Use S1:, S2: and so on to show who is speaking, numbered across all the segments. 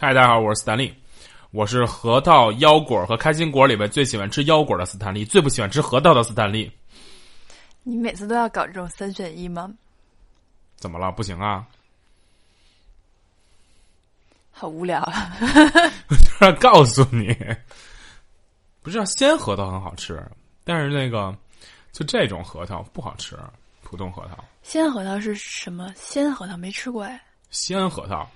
S1: 嗨，大家好，我是斯坦利，我是核桃、腰果和开心果里面最喜欢吃腰果的斯坦利，最不喜欢吃核桃的斯坦利。
S2: 你每次都要搞这种三选一吗？
S1: 怎么了？不行啊！
S2: 好无聊啊！
S1: 突然告诉你，不是、啊、鲜核桃很好吃，但是那个就这种核桃不好吃，普通核桃。
S2: 鲜核桃是什么？鲜核桃没吃过哎，
S1: 鲜核桃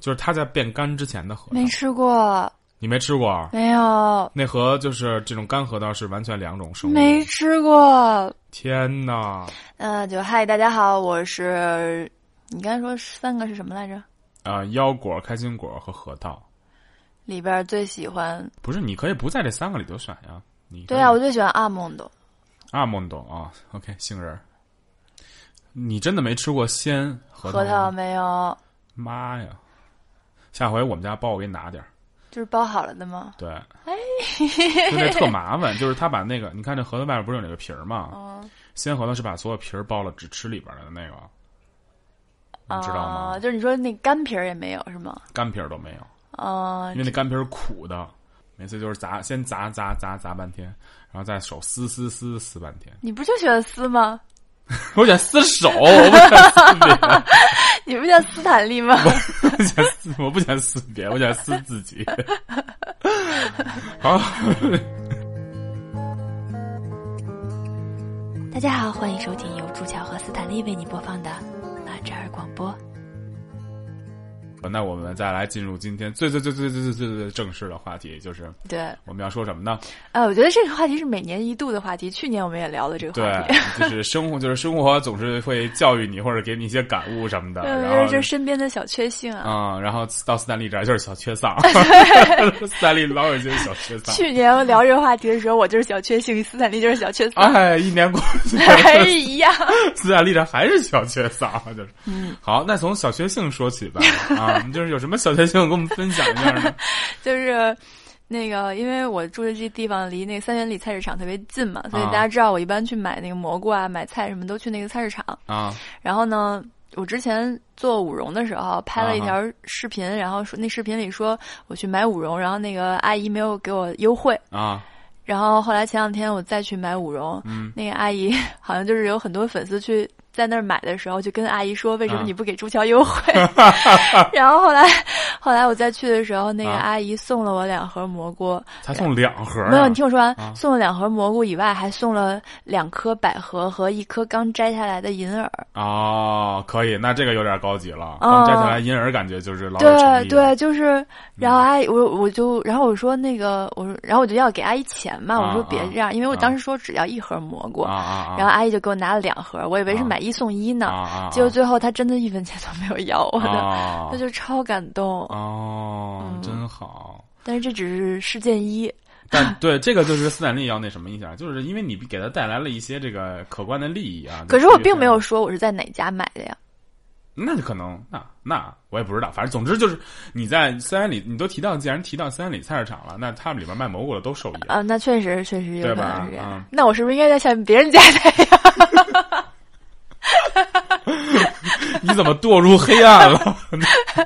S1: 就是它在变干之前的核桃，
S2: 没吃过，
S1: 你没吃过？啊
S2: 没有，
S1: 那和就是这种干核桃是完全两种生物。
S2: 没吃过。
S1: 天呐，
S2: 那就嗨，大家好，我是你刚才说三个是什么来着？
S1: 啊、腰果、开心果和核桃，
S2: 里边最喜欢
S1: 不是？你可以不在这三个里头选呀、你
S2: 对啊，我最喜欢阿梦的。
S1: 阿梦懂啊，OK，杏仁儿。你真的没吃过鲜核桃
S2: 核
S1: 吗？
S2: 桃没有，
S1: 妈呀！下回我们家包我给你拿点儿。
S2: 就是包好了的吗？
S1: 对，
S2: 哎
S1: 就这特麻烦，就是他把那个，你看这核桃外面不是有那个皮儿吗？
S2: 嗯，
S1: 鲜核桃是把所有皮儿包了，只吃里边儿的那个，你知道吗？
S2: 啊就是你说那干皮儿也没有是吗？
S1: 干皮儿都没有，
S2: 啊
S1: 因，为那干皮儿苦的，每次就是砸，先砸砸砸砸半天，然后再手撕撕撕撕半天。
S2: 你不就喜欢撕吗？
S1: 我想撕手，我不想撕别人，
S2: 你不叫斯坦利吗？
S1: 我不想撕，我不想撕别人，我想撕自己。好，
S2: 大家好，欢迎收听由朱乔和斯坦利为你播放的马扎尔广播。
S1: 那我们再来进入今天最最最最最最最最正式的话题，就是
S2: 对，
S1: 我们要说什么呢？
S2: 呃，我觉得这个话题是每年一度的话题，去年我们也聊了这个话
S1: 对
S2: 题。，
S1: 就是生活，就是生活总是会教育你或者给你一些感悟什么 的。然
S2: 嗯，就是
S1: 后
S2: 这身边的小确幸 啊。
S1: 啊、然后到斯坦利这儿就是小缺丧， 斯坦利老有一些小缺丧。
S2: 去年聊这个话题的时候，我就是小确幸，斯坦利就是小确 丧，
S1: 哎，一年过去 了，
S2: 还是一样。
S1: 斯坦利这还是小缺丧，就是。
S2: 嗯
S1: 好，那从小确幸说起吧。 啊，就是有什么小确幸跟我们分享一下呢？
S2: 就是那个，因为我住的这地方离那个三元里菜市场特别近嘛，所以
S1: 啊
S2: 大家知道我一般去买那个蘑菇啊、买菜什么都去那个菜市场。
S1: 啊，
S2: 然后呢，我之前做舞容的时候拍
S1: 啊
S2: 了一条视频，然后说那视频里说我去买舞容，然后那个阿姨没有给我优惠。
S1: 啊，
S2: 然后后来前两天我再去买舞容，
S1: 嗯，
S2: 那个阿姨好像就是有很多粉丝去在那儿买的时候，就跟阿姨说为什么
S1: 啊
S2: 你不给朱桥 优惠。然后后来后来我再去的时候，那个
S1: 啊
S2: 阿姨送了我两盒蘑菇，
S1: 才送两盒、啊。
S2: 没有你听我说完，
S1: 啊
S2: 送了两盒蘑菇以外，还送了两颗百合和一颗刚摘下来的银耳。
S1: 哦，可以，那这个有点高级了。
S2: 嗯
S1: 刚摘下来银耳，感觉就是老有诚
S2: 对
S1: 意
S2: 对，就是，然后
S1: 嗯
S2: 阿姨，我我就，然后我说那个，我说，然后我就要给阿姨钱嘛，
S1: 啊
S2: 我说别
S1: 啊
S2: 这样，因为我
S1: 啊
S2: 当时说只要一盒蘑菇，
S1: 啊啊啊！
S2: 然后阿姨就给我拿了两盒，我以为是
S1: 啊
S2: 买一送一呢，
S1: 啊啊啊
S2: 结果最后她真的一分钱都没有要我的，
S1: 哦
S2: 那就超感动。
S1: 啊哦，
S2: 嗯
S1: 真好。
S2: 但是这只是事件一，
S1: 嗯但对这个就是斯坦利要那什么一下，就是因为你给他带来了一些这个可观的利益啊。
S2: 可是
S1: 就
S2: 我
S1: 一个
S2: 并没有，说我是在哪家买的呀。
S1: 那就可能那那我也不知道，反正总之就是你在三元里，你都提到，既然提到三元里菜市场了，那他们里边卖蘑菇的都受益。
S2: 啊，那确实确实有
S1: 对
S2: 可
S1: 吧
S2: 能是这样
S1: 嗯。
S2: 那我是不是应该在下面别人家的呀？
S1: 你怎么堕入黑暗了？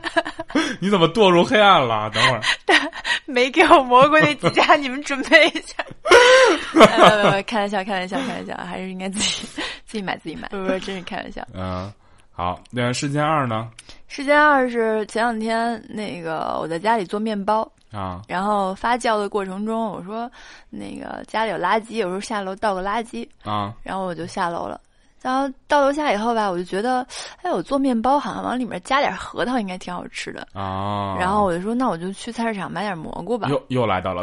S1: 你怎么堕入黑暗了？等会儿
S2: 没给我蘑菇那几家，你们准备一下。哎没有没有没有开玩笑，开玩笑，开玩笑，还是应该自己 自己买自己买。不不，真是开玩笑。
S1: 嗯、好，那事件二呢？
S2: 事件二是前两天那个我在家里做面包，
S1: 啊
S2: 然后发酵的过程中，我说那个家里有垃圾，有时候下楼倒个垃圾，
S1: 啊
S2: 然后我就下楼了。然后到楼下以后吧，我就觉得，哎，我做面包好像往里面加点核桃应该挺好吃的。
S1: 啊！
S2: 然后我就说，那我就去菜市场买点蘑菇吧。
S1: 又又来到了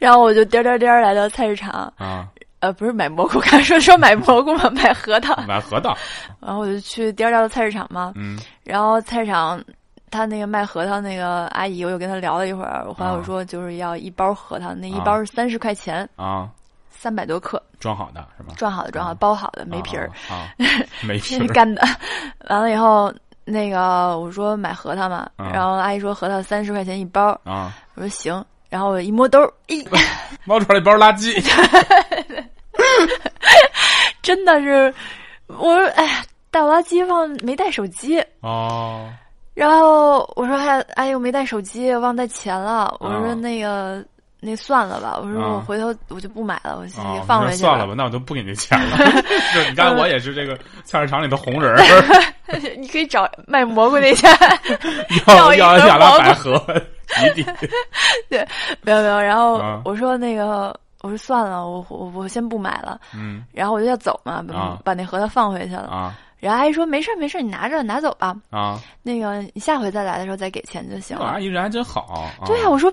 S2: 然后我就颠儿颠儿颠儿来到菜市场，
S1: 啊，
S2: 呃，不是买蘑菇， 刚才说说买蘑菇嘛，买核桃。
S1: 买核桃，
S2: 然后我就去颠儿颠儿到菜市场嘛，
S1: 嗯
S2: 然后菜市场。他那个卖核桃那个阿姨，我又跟她聊了一会儿，后来我说就是要一包核桃，那一包是三十块钱，
S1: 啊，
S2: 三百多克，
S1: 装好的是吗？
S2: 装好的装好
S1: 啊
S2: 的，包好的，没皮儿，
S1: 啊，啊没皮儿
S2: 干的。 完了以后，那个我说买核桃嘛，
S1: 啊
S2: 然后阿姨说核桃三十块钱一包，
S1: 啊，
S2: 我说行，然后我一摸兜儿，哎咦，
S1: 猫出来一包垃圾
S2: 真的是，我说哎呀，倒垃圾放没带手机，
S1: 哦，
S2: 然后我说还哎呦没带手机，忘带钱了。我说
S1: 嗯
S2: 那个、那算了吧，我说
S1: 嗯
S2: 我回头我就不买了，我先
S1: 啊
S2: 给，放
S1: 你
S2: 回
S1: 说
S2: 去
S1: 算了吧，那我就不给你钱了。就你看，我也是这个菜市场里的红人儿，
S2: 你可以找卖蘑菇那家，
S1: 要
S2: 要 一
S1: 要
S2: 盒
S1: 两拉
S2: 蘑菇
S1: 百合， 一地。
S2: 没有没有。然后
S1: 啊
S2: 我说那个我说算了，我我我先不买了。
S1: 嗯
S2: 然后我就要走嘛，把、
S1: 啊
S2: 把那核桃放回去了。
S1: 啊
S2: 然后阿姨说没事儿没事儿，你拿着拿走吧。
S1: 啊，
S2: 那个你下回再来的时候再给钱就行
S1: 这
S2: 了。
S1: 阿姨人还真好。哎啊
S2: 对啊，我说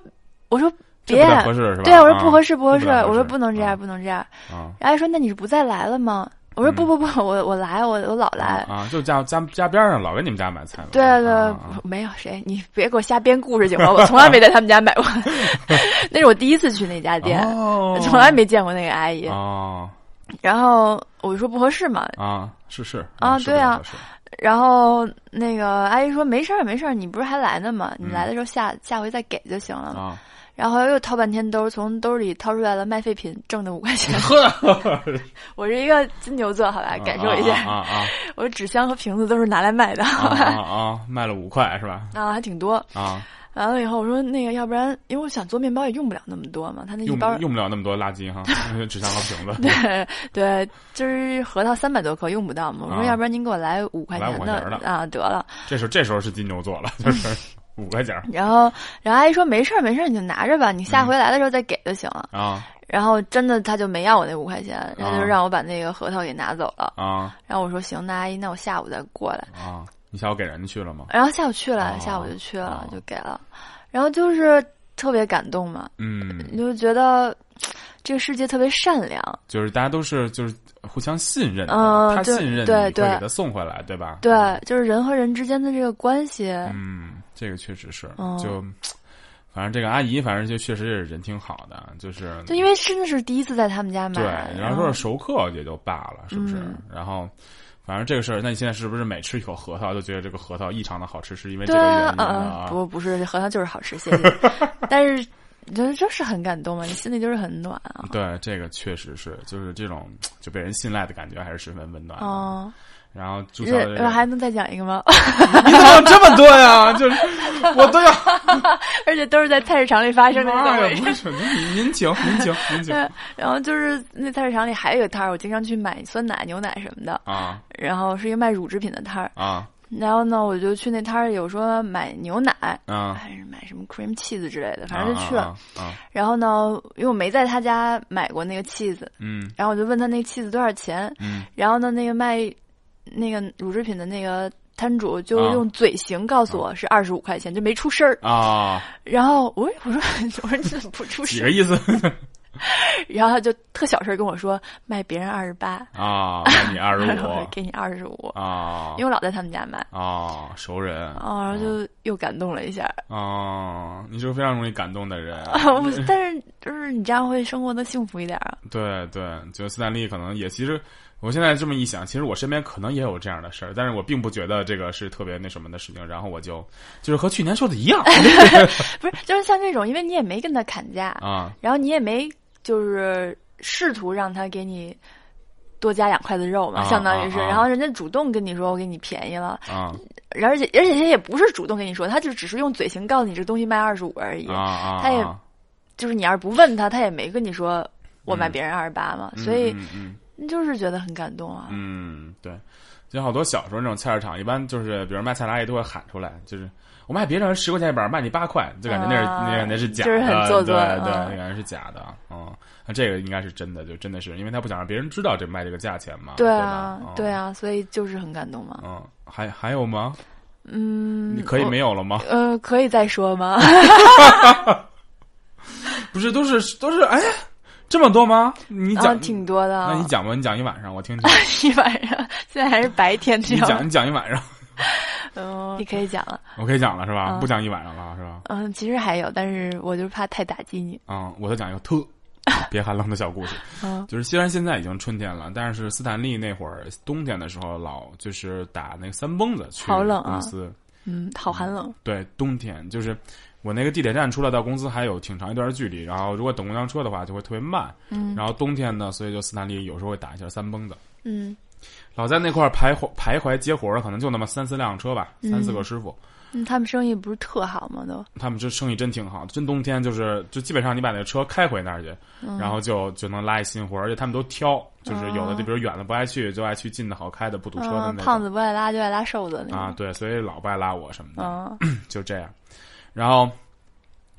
S2: 我说
S1: 这
S2: 别
S1: 不，太合适是吧？
S2: 对啊，我说不合
S1: 适
S2: 适不合适，
S1: 这不太合
S2: 我
S1: 适
S2: 说不能这
S1: 啊
S2: 样不能这样。
S1: 啊
S2: 然后阿姨说那你是不再来了吗？我说
S1: 嗯
S2: 不不不，我我来我我老来。
S1: 啊，就家家家边上老跟你们家买菜嘛。
S2: 对对，
S1: 啊
S2: 没有谁，你别给我瞎编故事行吗？我从来没在他们家 买过，那是我第一次去那家店，
S1: 哦，
S2: 从来没见过那个阿姨。
S1: 哦
S2: 然后我就说不合适嘛，
S1: 啊，是是
S2: 啊
S1: 是
S2: 对
S1: 不太
S2: 啊
S1: 合适
S2: 然后那个阿姨说没事儿没事儿，你不是还来呢吗？你
S1: 嗯
S2: 来的时候下下回再给就行了。
S1: 啊，
S2: 然后又掏半天兜，从兜里掏出来了卖废品挣的五块 钱。
S1: 呵，
S2: 我是一个金牛座，好吧，感受一下，
S1: 啊 啊
S2: 我纸箱和瓶子都是拿来卖的，
S1: 啊
S2: 好
S1: 啊
S2: 吧，
S1: 啊啊，卖了五块是吧？
S2: 啊，还挺多。
S1: 啊，
S2: 完了以后我说那个，要不然因为我想做面包也用不了那么多嘛，他那一
S1: 用
S2: 包
S1: 用不了那么多垃圾哈， 纸箱和瓶 子，
S2: 对 对，就是核桃三百多克用不到嘛。我说
S1: 啊
S2: 要不然您给我来五块
S1: 来五
S2: 钱
S1: 块
S2: 的
S1: 钱的
S2: 啊，得了。
S1: 这时候这时候是金牛座了， 就是五块钱儿
S2: 然后然后阿姨说没事儿没事儿，你就拿着吧，你下回来的时候再给就行了。
S1: 啊
S2: 然后真的他就没要我那五块钱，他就让我把那个核桃给拿走了。
S1: 啊
S2: 然后我说行，那阿姨，那我下午再过来。
S1: 啊！你下午给人家去了吗？
S2: 然后下午去了，
S1: 哦
S2: 下午就去了，
S1: 哦
S2: 就给了。然后就是特别感动嘛，你
S1: 嗯，
S2: 就觉得嘖这个世界特别善良。
S1: 就是大家都是就是互相信任的，
S2: 嗯
S1: 他
S2: 对
S1: 信任你
S2: 对
S1: 会
S2: 对
S1: 给他送回来，对吧？
S2: 对，就是人和人之间的这个关系，
S1: 嗯，这个确实是，
S2: 嗯
S1: 就反正这个阿姨，反正就确实也是人挺好的，就是
S2: 对，因为真的是第一次在他们家买，
S1: 对，然
S2: 然
S1: 后
S2: 后
S1: 说是熟客也就罢了，是不是？
S2: 嗯
S1: 然后。反正这个事儿，那你现在是不是每吃一口核桃就觉得这个核桃异常的好吃，是因为这
S2: 对
S1: 个原
S2: 啊
S1: 因，呢
S2: 嗯嗯，
S1: 啊？
S2: 不不是，核桃就是好吃，谢 谢。但是就是就是很感动嘛，你心里就是很暖啊。
S1: 对，这个确实是，就是这种就被人信赖的感觉，还是十分温暖的。
S2: 哦，
S1: 然后住校
S2: 日呃
S1: 的人，
S2: 还能再讲一个吗？
S1: 你怎么有这么多呀？ 就是我都要，
S2: 而且都是在菜市场里发生的那
S1: 妈
S2: 种
S1: 呀
S2: 回！事
S1: 不。是，您您请，您请，您请
S2: 嗯然后就是那菜市场里还有一个摊儿，我经常去买酸奶、牛奶什么的。
S1: 啊
S2: 然后是一个卖乳制品的摊儿，
S1: 啊
S2: 然后呢，我就去那摊儿，有说买牛奶
S1: 啊！
S2: 还是买什么 cream cheese 之类的，反正就去了。
S1: 啊啊啊
S2: 然后呢，因为我没在他家买过那个 cheese，
S1: 嗯
S2: 然后我就问他那 cheese 多少钱。
S1: 嗯
S2: 然后呢，那个卖那个乳制品的那个摊主就
S1: 啊
S2: 用嘴型告诉 我是二十五块钱，就没出声儿。
S1: 啊，
S2: 然后我我说 我说你怎么不出
S1: 几
S2: 声
S1: 个
S2: 儿？
S1: 意思
S2: 然后他就特小声儿跟我说卖别人二十八。
S1: 啊？那你二十
S2: 然后
S1: 五
S2: 给你二十五，
S1: 啊
S2: 因为我老在他们家买，
S1: 啊，熟人
S2: 哦，然后就又感动了一下。
S1: 啊，你是个非常容易感动的人。
S2: 啊，我但是就是你这样会生活的幸福一点啊。
S1: 对对，就斯坦利可能也其实，我现在这么一想，其实我身边可能也有这样的事儿，但是我并不觉得这个是特别那什么的事情。然后我就就是和去年说的一 样
S2: 不是，就是像这种，因为你也没跟他砍价，
S1: 啊
S2: 然后你也没就是试图让他给你多加两块的肉嘛，
S1: 啊
S2: 相当于是。
S1: 啊啊
S2: 然后人家主动跟你说我给你便宜了，
S1: 啊
S2: 而且而且他也不是主动跟你说，他就只是用嘴型告诉你这东西卖二十五而已。
S1: 啊啊！
S2: 他也
S1: 啊
S2: 就是你要是不问他，他也没跟你说我卖
S1: 嗯
S2: 别人二十八嘛，
S1: 嗯
S2: 所以
S1: 嗯嗯
S2: 就是觉得很感动啊。
S1: 嗯，对，就好多小时候那种菜市场，一般就是比如卖菜的阿姨都会喊出来，就是我卖别人十块钱一板，卖你八块，就感觉那是、
S2: 啊
S1: 那感觉是假的，
S2: 就是很做作
S1: 对对，
S2: 嗯
S1: 那感觉是假的，嗯，那这个应该是真的，就真的是因为他不想让别人知道这卖这个价钱嘛，对
S2: 对啊
S1: 吧，
S2: 对，啊，所以就是很感动嘛。
S1: 嗯，嗯还还有吗？你
S2: 嗯，
S1: 可以
S2: 我
S1: 没有了吗？
S2: 呃，可以再说吗？
S1: 不是，都是都是，哎，这么多吗？ 你
S2: 啊，
S1: 讲、
S2: 挺多的啊。
S1: 那你讲吧，你讲一晚上，我听听。
S2: 一晚上，现在还是白天，
S1: 你
S2: 知道
S1: 讲，
S2: 吗？
S1: 你讲一晚上，
S2: 嗯，你可以讲了。
S1: 我可以讲了是吧？
S2: 嗯
S1: 不讲一晚上了啊是吧？
S2: 嗯，其实还有，但是我就是怕太打击你。
S1: 嗯，我再讲一个特啊别寒冷的小故事。
S2: 嗯
S1: 就是虽然现在已经春天了，但是斯坦利那会儿冬天的时候老就是打那个三蹦子去
S2: 好冷啊
S1: 公司。
S2: 嗯，好寒冷。
S1: 对，冬天就是我那个地铁站出来到公司还有挺长一段距离，然后如果等公交车的话就会特别慢。
S2: 嗯
S1: 然后冬天呢，所以就斯坦利有时候会打一下三蹦子，
S2: 嗯
S1: 老在那块儿徘徊徘徊接活儿，可能就那么三四辆车吧，三四个师傅。
S2: 嗯，他们生意不是特好吗？都，
S1: 他们这生意真挺好的，真冬天就是就基本上你把那车开回那儿去，
S2: 嗯
S1: 然后就就能拉一新活，而且他们都挑，就是有的就比如远的不爱去，就爱去近的好开的不堵车的
S2: 嗯，
S1: 那
S2: 哦胖
S1: 种
S2: 子不爱拉就爱拉瘦子那
S1: 啊，
S2: 种。
S1: 对，所以老不爱拉我什么的，
S2: 嗯，
S1: 就这样。然后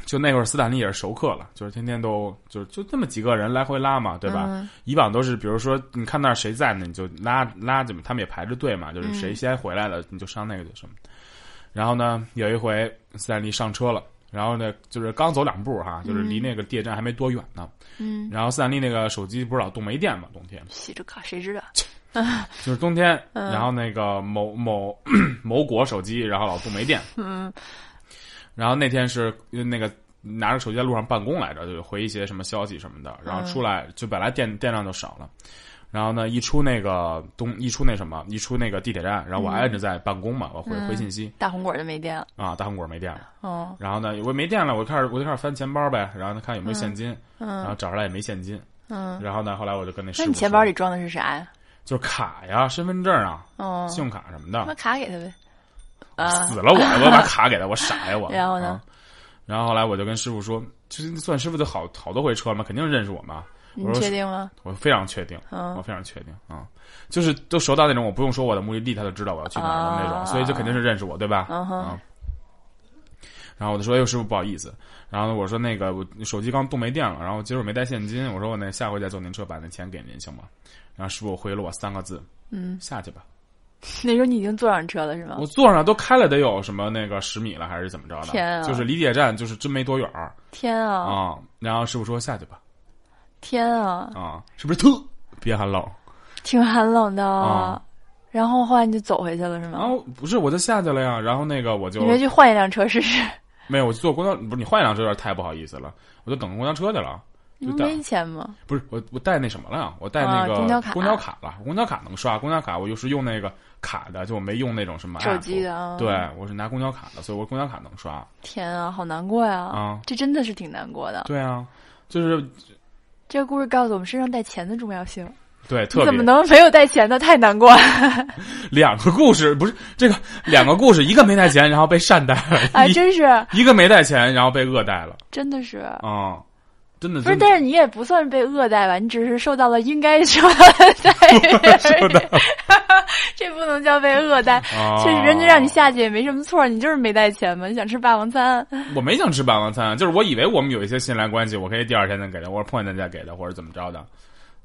S1: 就那会儿斯坦利也是熟客了，就是天天都就就那么几个人来回拉嘛，对吧？
S2: 嗯
S1: 以往都是比如说你看那儿谁在呢，你就拉拉着嘛，他们也排着队嘛，就是谁先回来了、你就上那个就什么。然后呢，有一回斯坦利上车了。然后呢，就是刚走两步哈，就是离那个地铁站还没多远呢。
S2: 嗯，
S1: 然后斯坦利那个手机不是老冻没电嘛，冬天
S2: 洗着卡谁知道？
S1: 就是冬天，
S2: 嗯
S1: 然后那个某某 某国手机，然后老冻没电，
S2: 嗯
S1: 然后那天是呃那个拿着手机在路上办公来着，就回一些什么消息什么的，
S2: 嗯
S1: 然后出来就本来电电量就少了，然后呢一出那个东一出那什么一出那个地铁站，然
S2: 嗯
S1: 后我还摁着在办公嘛，我回回信息
S2: 大红果就没电了。
S1: 啊，大红果没电了，
S2: 嗯
S1: 然后呢我没电了，我就开始我就开始翻钱包呗，然后呢看有没有现金，然后找出来也没现金，
S2: 嗯，
S1: 然后呢后来我就跟那师
S2: 那
S1: 傅
S2: 你钱包
S1: 说
S2: 里装的是啥呀？
S1: 就是卡呀、身份证啊、
S2: 嗯，
S1: 信用卡什么
S2: 他妈
S1: 的，
S2: 卡给他呗。啊，
S1: 死了我，我把卡给他，我傻呀我。
S2: 然后呢
S1: 啊？然后后来我就跟师傅说，就是算师傅就好好多回车了嘛，肯定认识我嘛。
S2: 你
S1: 我说
S2: 确定吗？
S1: 我非常确定，我
S2: 嗯
S1: 非常确定啊、就是都熟到那种我不用说我的目的地，他就知道我要去哪儿的那种，
S2: 啊
S1: 所以就肯定是认识我，对吧？
S2: 嗯哼
S1: 啊然后我就说：“哎呦，师傅，不好意思。”然后呢，我说：“那个，我手机刚冻没电了，然后今儿我没带现金。我说我那下回再坐您车把那钱给您，行吗？”然后师傅回了我三个字
S2: 嗯：“，
S1: 下去吧。
S2: 那时候你已经坐上车了是吗
S1: 我？坐上都开了得有什么那个十米了，还是怎么着的？
S2: 天啊
S1: 就是离地铁站就是真没多远儿
S2: 天啊，
S1: 啊、然后师傅说：“下去吧。
S2: 天啊，
S1: 啊，是不是特别寒冷？
S2: 挺寒冷的。
S1: 啊
S2: 然后后来你就走回去了是
S1: 然
S2: 吗？
S1: 后不是，我就下去了呀。然后那个我就
S2: 你没去换一辆车试试？
S1: 没有，我坐公交不是你换一辆车有点太不好意思了，我就等公交车去了。
S2: 你
S1: 就
S2: 不
S1: 带
S2: 没钱吗？
S1: 不是我我带那什么了呀？我带那
S2: 啊
S1: 个
S2: 公交卡
S1: 公交卡了，公交卡能刷，公交卡我又是用那个卡的，就我没用那种什么 app,
S2: 手机的啊
S1: 哎对，我是拿公交卡的，所以我公交卡能刷
S2: 天啊，好难过呀！
S1: 啊。
S2: 这真的是挺难过的。
S1: 对啊，就是
S2: 这个故事告诉我们身上带钱的重要性。
S1: 对，
S2: 你
S1: 特
S2: 怎么
S1: 别
S2: 能没有带钱呢？太 难过了！
S1: 两个故事不是这个两个故事，一个没带钱，然后被善待了；
S2: 哎，
S1: 一
S2: 真是，
S1: 一个没带钱，然后被恶待了
S2: 真的是。
S1: 啊、真的
S2: 不是，
S1: 真的
S2: 但是你也不算被恶待吧？你只是受到了应该受到的待遇而已， 这不能叫被恶待。
S1: 啊
S2: 确实，人家让你下去也没什么错，你就是没带钱嘛。你想吃霸王餐，
S1: 我没想吃霸王餐，就是我以为我们有一些信赖关系，我可以第二天再给他，或者碰见再给他，或者怎么着的，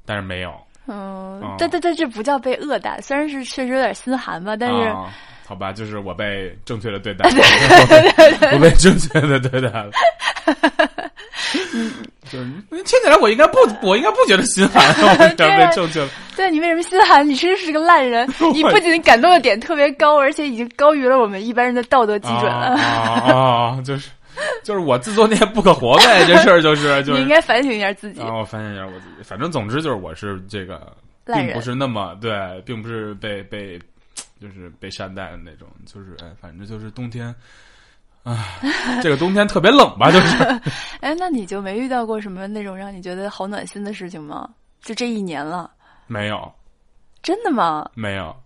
S1: 但是没有。
S2: 嗯
S1: 哦，
S2: 但但但这不叫被恶待，虽然是确实有点心寒吧，但是
S1: 啊、好吧，就是我被正确的对待了， 我被正确的对待了。就是听起来我应该不，我应该不觉得心寒，我为什么被正确 了？
S2: 对你为什么心寒？你真是个烂人
S1: 我！啊
S2: 你不仅感动的点特别高，而且已经高于了我们一般人的道德基
S1: 啊
S2: 准了。
S1: 啊啊！就是就是我自作孽不可活呗，这事儿就是啊就
S2: 你应
S1: 是。
S2: 该反省一下自己，
S1: 然后我发现一下我自己，反正总之就是我是这个
S2: 烂
S1: 并
S2: 人
S1: 不。是那么对，并不是被被就是被善待的那种，就是哎，反正就是冬天，啊，这个冬天特别冷吧，就是
S2: 哎，那你就没遇到过什么那种让你觉得好暖心的事情吗？就这一年了，
S1: 没有
S2: 真的吗？
S1: 没有，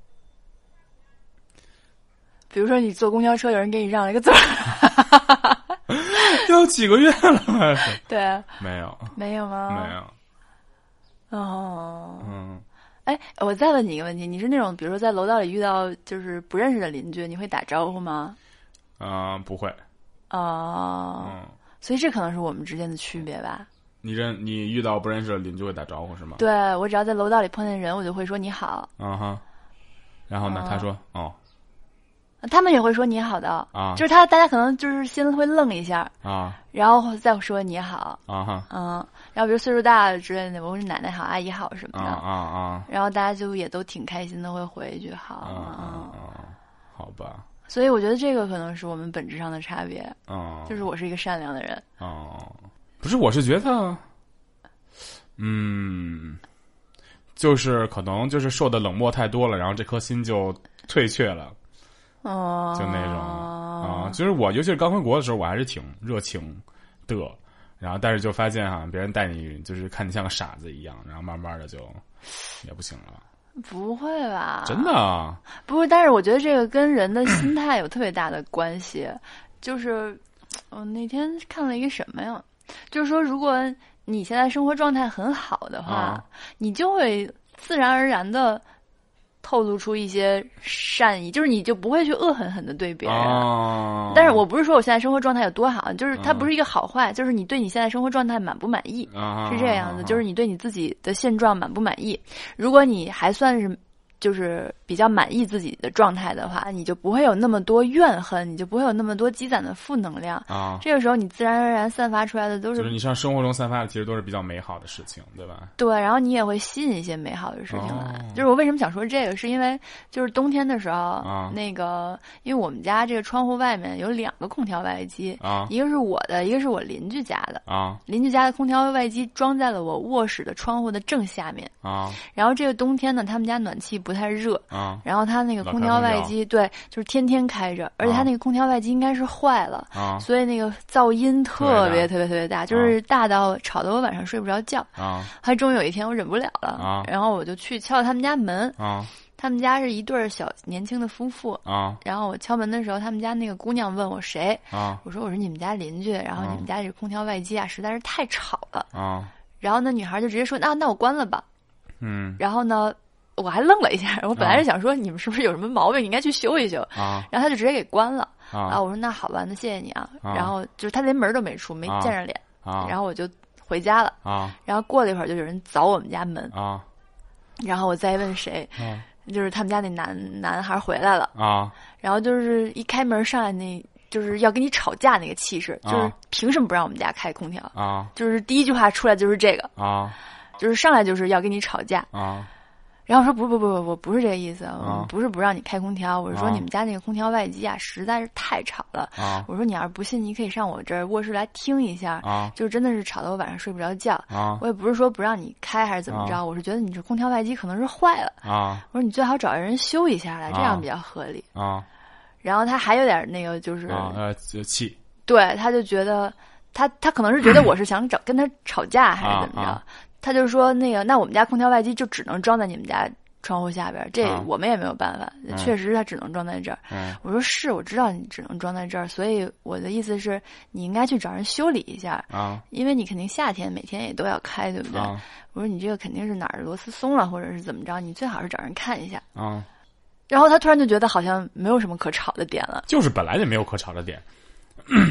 S2: 比如说你坐公交车，有人给你让了一个座儿，
S1: 要几个月了，
S2: 对，啊
S1: 没有
S2: 没有吗？
S1: 没。有，
S2: 哦，
S1: 嗯，
S2: 哎，我再问你一个问题，你是那种比如说在楼道里遇到就是不认识的邻居，你会打招呼吗？
S1: 啊、不会，
S2: 哦，
S1: 嗯，
S2: 所以这可能是我们之间的区别吧。
S1: 你认你遇到不认识的邻居会打招呼是吗？
S2: 对我只要在楼道里碰见人，我就会说你好，
S1: 嗯哼，然后呢，
S2: 哦
S1: 他说哦
S2: 他们也会说你好的，
S1: 啊
S2: 就是他大家可能就是心会愣一下，
S1: 啊
S2: 然后再说你好，
S1: 啊哈
S2: 嗯，然后比如岁数大之类的，我是奶奶好、阿姨好什么
S1: 啊
S2: 的，
S1: 啊啊
S2: 然后大家就也都挺开心的，会回一句好
S1: 啊啊
S2: 啊。
S1: 啊，好吧，
S2: 所以我觉得这个可能是我们本质上的差别，
S1: 嗯，
S2: 就是我是一个善良的人。
S1: 哦，不是，我是觉得，嗯，就是可能就是受的冷漠太多了，然后这颗心就退却了
S2: 哦，
S1: 就那种
S2: 嗯
S1: 啊、就是我，尤其是刚回国的时候，我还是挺热情的，然后但是就发现哈、别人带你就是看你像个傻子一样，然后慢慢的就也不行了。
S2: 不会吧？
S1: 真的啊？
S2: 不是，但是我觉得这个跟人 的心态有特别大的关系。就是我那天看了一个什么呀？就是说，如果你现在生活状态很好的话，
S1: 啊
S2: 你就会自然而然的透露出一些善意，就是你就不会去恶狠狠的对别人。
S1: 啊！
S2: 但是我不是说我现在生活状态有多好，就是它
S1: 嗯
S2: 不是一个好坏，就是你对你现在生活状态满不满意。
S1: 啊
S2: 是这样的，就是你对你自己的现状满不满意？如果你还算是就是比较满意自己的状态的话，你就不会有那么多怨恨，你就不会有那么多积攒的负能量。
S1: 啊，
S2: 这个时候，你自然而然散发出来的都
S1: 就是
S2: 是
S1: 你像生活中散发的，其实都是比较美好的事情，对吧？
S2: 对，然后你也会吸引一些美好的事情来。
S1: 哦
S2: 就是我为什么想说这个，是因为就是冬天的时候，
S1: 啊
S2: 那个因为我们家这个窗户外面有两个空调外机，
S1: 啊
S2: 一个是我的，一个是我邻居家的。
S1: 啊
S2: 邻居家的空调外机装在了我卧室的窗户的正下面。
S1: 啊
S2: 然后这个冬天呢，他们家暖气不太热，
S1: 啊
S2: 然后他那个
S1: 老
S2: 空
S1: 开
S2: 调
S1: 空
S2: 外
S1: 调
S2: 机对，就是天天开着，而且他
S1: 啊
S2: 那个空调外机应该是坏了，
S1: 啊
S2: 所以那个噪音特
S1: 特
S2: 别
S1: 别大
S2: 特别特别大，就是大到吵得我晚上睡不着觉。
S1: 啊
S2: 还终于有一天我忍不了了，
S1: 啊
S2: 然后我就去敲他们家门，
S1: 啊
S2: 他们家是一对儿小年轻的夫妇。
S1: 啊
S2: 然后我敲门的时候，他们家那个姑娘问我谁，
S1: 啊
S2: 我说我是你们家邻居，然后你们
S1: 嗯
S2: 家这空调外机啊实在是太吵了。
S1: 啊！
S2: 然后那女孩就直接说那那我关了吧。
S1: 嗯
S2: 然后呢，我还愣了一下，我本来是想说你们是不是有什么毛病，应该去修一修。
S1: 啊
S2: 然后他就直接给关了。啊，
S1: 啊
S2: 我说那好吧，那谢谢你啊。
S1: 啊
S2: 然后就是他连门都没出，没
S1: 啊
S2: 见着脸。
S1: 啊！
S2: 然后我就回家了。
S1: 啊
S2: 然后过了一会儿，就有人凿我们家门。
S1: 啊
S2: 然后我再问谁，
S1: 啊
S2: 就是他们家那男男孩回来了。
S1: 啊！
S2: 然后就是一开门上来那，就是要跟你吵架那个气势，
S1: 啊
S2: 就是凭什么不让我们家开空调？
S1: 啊
S2: 就是第一句话出来就是这个，
S1: 啊
S2: 就是上来就是要跟你吵架。
S1: 啊
S2: 然后我说不不不不，我不是这个意思，我
S1: 啊
S2: 不是不让你开空调，我是说
S1: 啊
S2: 你们家那个空调外机啊实在是太吵了。
S1: 啊
S2: 我说你要是不信，你可以上我这儿卧室来听一下，
S1: 啊
S2: 就真的是吵得我晚上睡不着觉。
S1: 啊
S2: 我也不是说不让你开还是怎么着，
S1: 啊
S2: 我是觉得你这空调外机可能是坏了，
S1: 啊
S2: 我说你最好找人修一下来，这
S1: 啊
S2: 样比较合理。
S1: 啊
S2: 然后他还有点那个，就是、
S1: 啊！呃，气
S2: 对，他就觉得他他可能是 觉得我是想找跟他吵架还是怎么着，
S1: 啊啊
S2: 他就说那个那我们家空调外机就只能装在你们家窗户下边儿，这
S1: 啊
S2: 我们也没有办法，
S1: 嗯
S2: 确实他只能装在这儿。
S1: 嗯
S2: 我说是，我知道你只能装在这儿，所以我的意思是你应该去找人修理一下。
S1: 啊
S2: 因为你肯定夏天每天也都要开，对不对？
S1: 啊
S2: 我说你这个肯定是哪儿螺丝松了，或者是怎么着，你最好是找人看一下。
S1: 啊！
S2: 然后他突然就觉得好像没有什么可吵的点了，
S1: 就是本来就没有可吵的点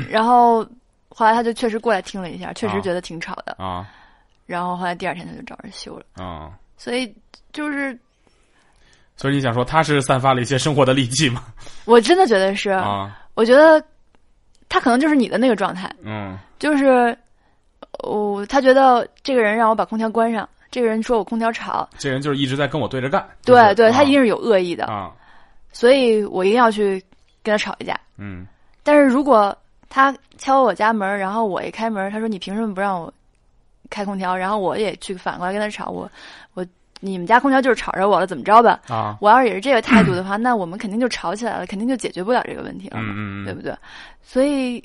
S2: 然后后来他就确实过来听了一下，确实
S1: 啊
S2: 觉得挺吵的。
S1: 啊
S2: 然后后来第二天他就找人修了，
S1: 啊！
S2: 所以就是
S1: 所以你想说他是散发了一些生活的戾气吗？
S2: 我真的觉得是，
S1: 啊
S2: 我觉得他可能就是你的那个状态，
S1: 嗯
S2: 就是我、他觉得这个人让我把空调关上，这个人说我空调吵，
S1: 这人就是一直在跟我对着干。
S2: 对对，他一
S1: 一
S2: 定是有恶意的，
S1: 啊，
S2: 所以我一定要去跟他吵一架。
S1: 嗯
S2: 但是如果他敲我家门，然后我一开门，他说你凭什么不让我开空调？然后我也去反过来跟他吵，我我你们家空调就是吵着我了，怎么着吧？
S1: 啊，
S2: 我要是也是这个态度的话， 那我们肯定就吵起来了，肯定就解决不了这个问题了嘛，
S1: 嗯嗯
S2: 对
S1: 嗯
S2: 不对？所以，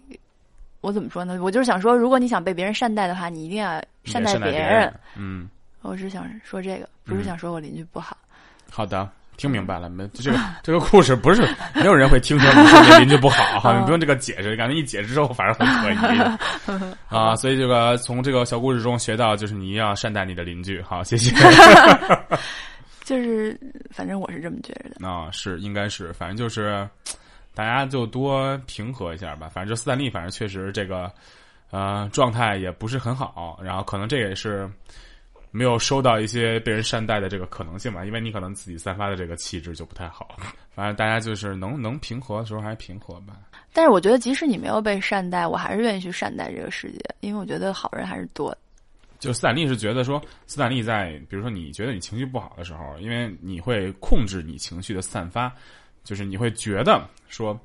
S2: 我怎么说呢？我就是想说，如果你想被别人善待的话，你一定要善待
S1: 别
S2: 人。，
S1: 嗯。
S2: 我是想说这个，不是想说我邻居不好。
S1: 好的，听明白了没？这个 这个故事不是没有人会听说你说你邻居不好，哈，你不用这个解释，感觉一解释之后反而很可疑啊。所以这个从这个小故事中学到，就是你一定要善待你的邻居。好，谢谢。
S2: 就是，反正我是这么觉着的。
S1: 啊，是应该是，反正就是大家就多平和一下吧。反正就斯坦利，反正确实这个呃状态也不是很好，然后可能这也是。没有收到一些被人善待的这个可能性吧，因为你可能自己散发的这个气质就不太好。反正大家就是能能平和的时候还是平和吧。
S2: 但是我觉得，即使你没有被善待，我还是愿意去善待这个世界，因为我觉得好人还是多的。
S1: 就斯坦利是觉得说，斯坦利在比如说你觉得你情绪不好的时候，因为你会控制你情绪的散发，就是你会觉得说，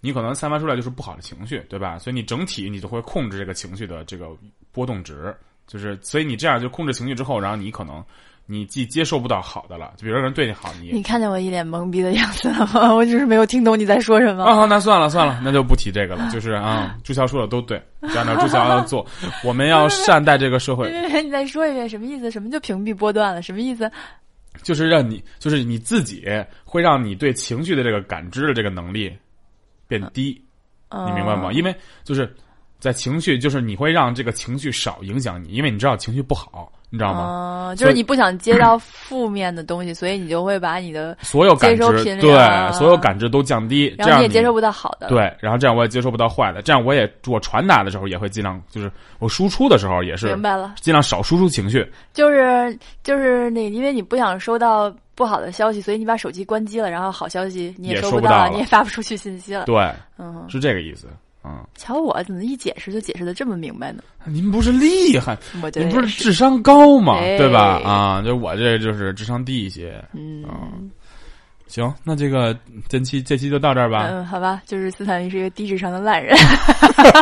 S1: 你可能散发出来就是不好的情绪，对吧？所以你整体你就会控制这个情绪的这个波动值，就是所以你这样就控制情绪之后，然后你可能你既接受不到好的了，就比如说有人对你好，你也
S2: 你看见我一脸懵逼的样子了吗？ 我就是没有听懂你在说什么。
S1: 啊、好那算了算了，那就不提这个了。就是啊，朱乔说的都对，就按照朱乔要做，我们要善待这个社会。
S2: 别别别，你再说一遍，什么意思？什么叫屏蔽波段了？什么意思？
S1: 就是让你，就是你自己会让你对情绪的这个感知的这个能力变低，
S2: 嗯
S1: 你明白吗？因为就是在情绪，就是你会让这个情绪少影响你，因为你知道情绪不好，你知道吗？
S2: 嗯，就
S1: 所以
S2: 是你不想接到负面的东西，所以你就会把你的，
S1: 所有感
S2: 嗯接收
S1: 知
S2: 频率啊
S1: 对，所有感知都降低，这
S2: 然后
S1: 样
S2: 你也接受不到好的。，
S1: 对，然后这样我也接受不到坏的，这样我也我传达的时候也会尽量，就是我输出的时候也是
S2: 明白了，
S1: 尽量少输出情绪。
S2: 就是就是那，因为你不想收到不好的消息，所以你把手机关机了，然后好消息你
S1: 也
S2: 收
S1: 收不
S2: 到
S1: 到
S2: 了，
S1: 了
S2: 你也发不出去信息了。
S1: 对，
S2: 嗯，
S1: 是这个意思。嗯，
S2: 瞧我怎么一解释就解释的这么明白呢？
S1: 您不是厉害，
S2: 我觉
S1: 您
S2: 得
S1: 不
S2: 也
S1: 是
S2: 是，
S1: 智商高嘛，
S2: 哎
S1: 对吧？啊，就我这就是智商低一些。啊
S2: 嗯
S1: 行，那这个这期这期就到这儿吧。
S2: 嗯，好吧，就是斯坦利是一个低智商的烂人，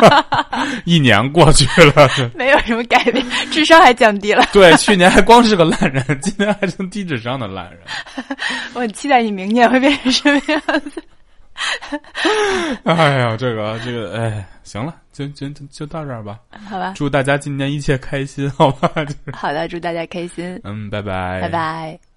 S1: 一年过去了，
S2: 没有什么改变，智商还降低了。
S1: 对，去年还光是个烂人， 今年还成低智商的烂 人。
S2: 我很期待你明年会变成什么样。
S1: 哎呀，这个这个，哎，行了，就就就就到这儿吧。
S2: 好吧，
S1: 祝大家今年一切开心，好吧？
S2: 好的，祝大家开心，
S1: 嗯，拜拜，
S2: 拜拜。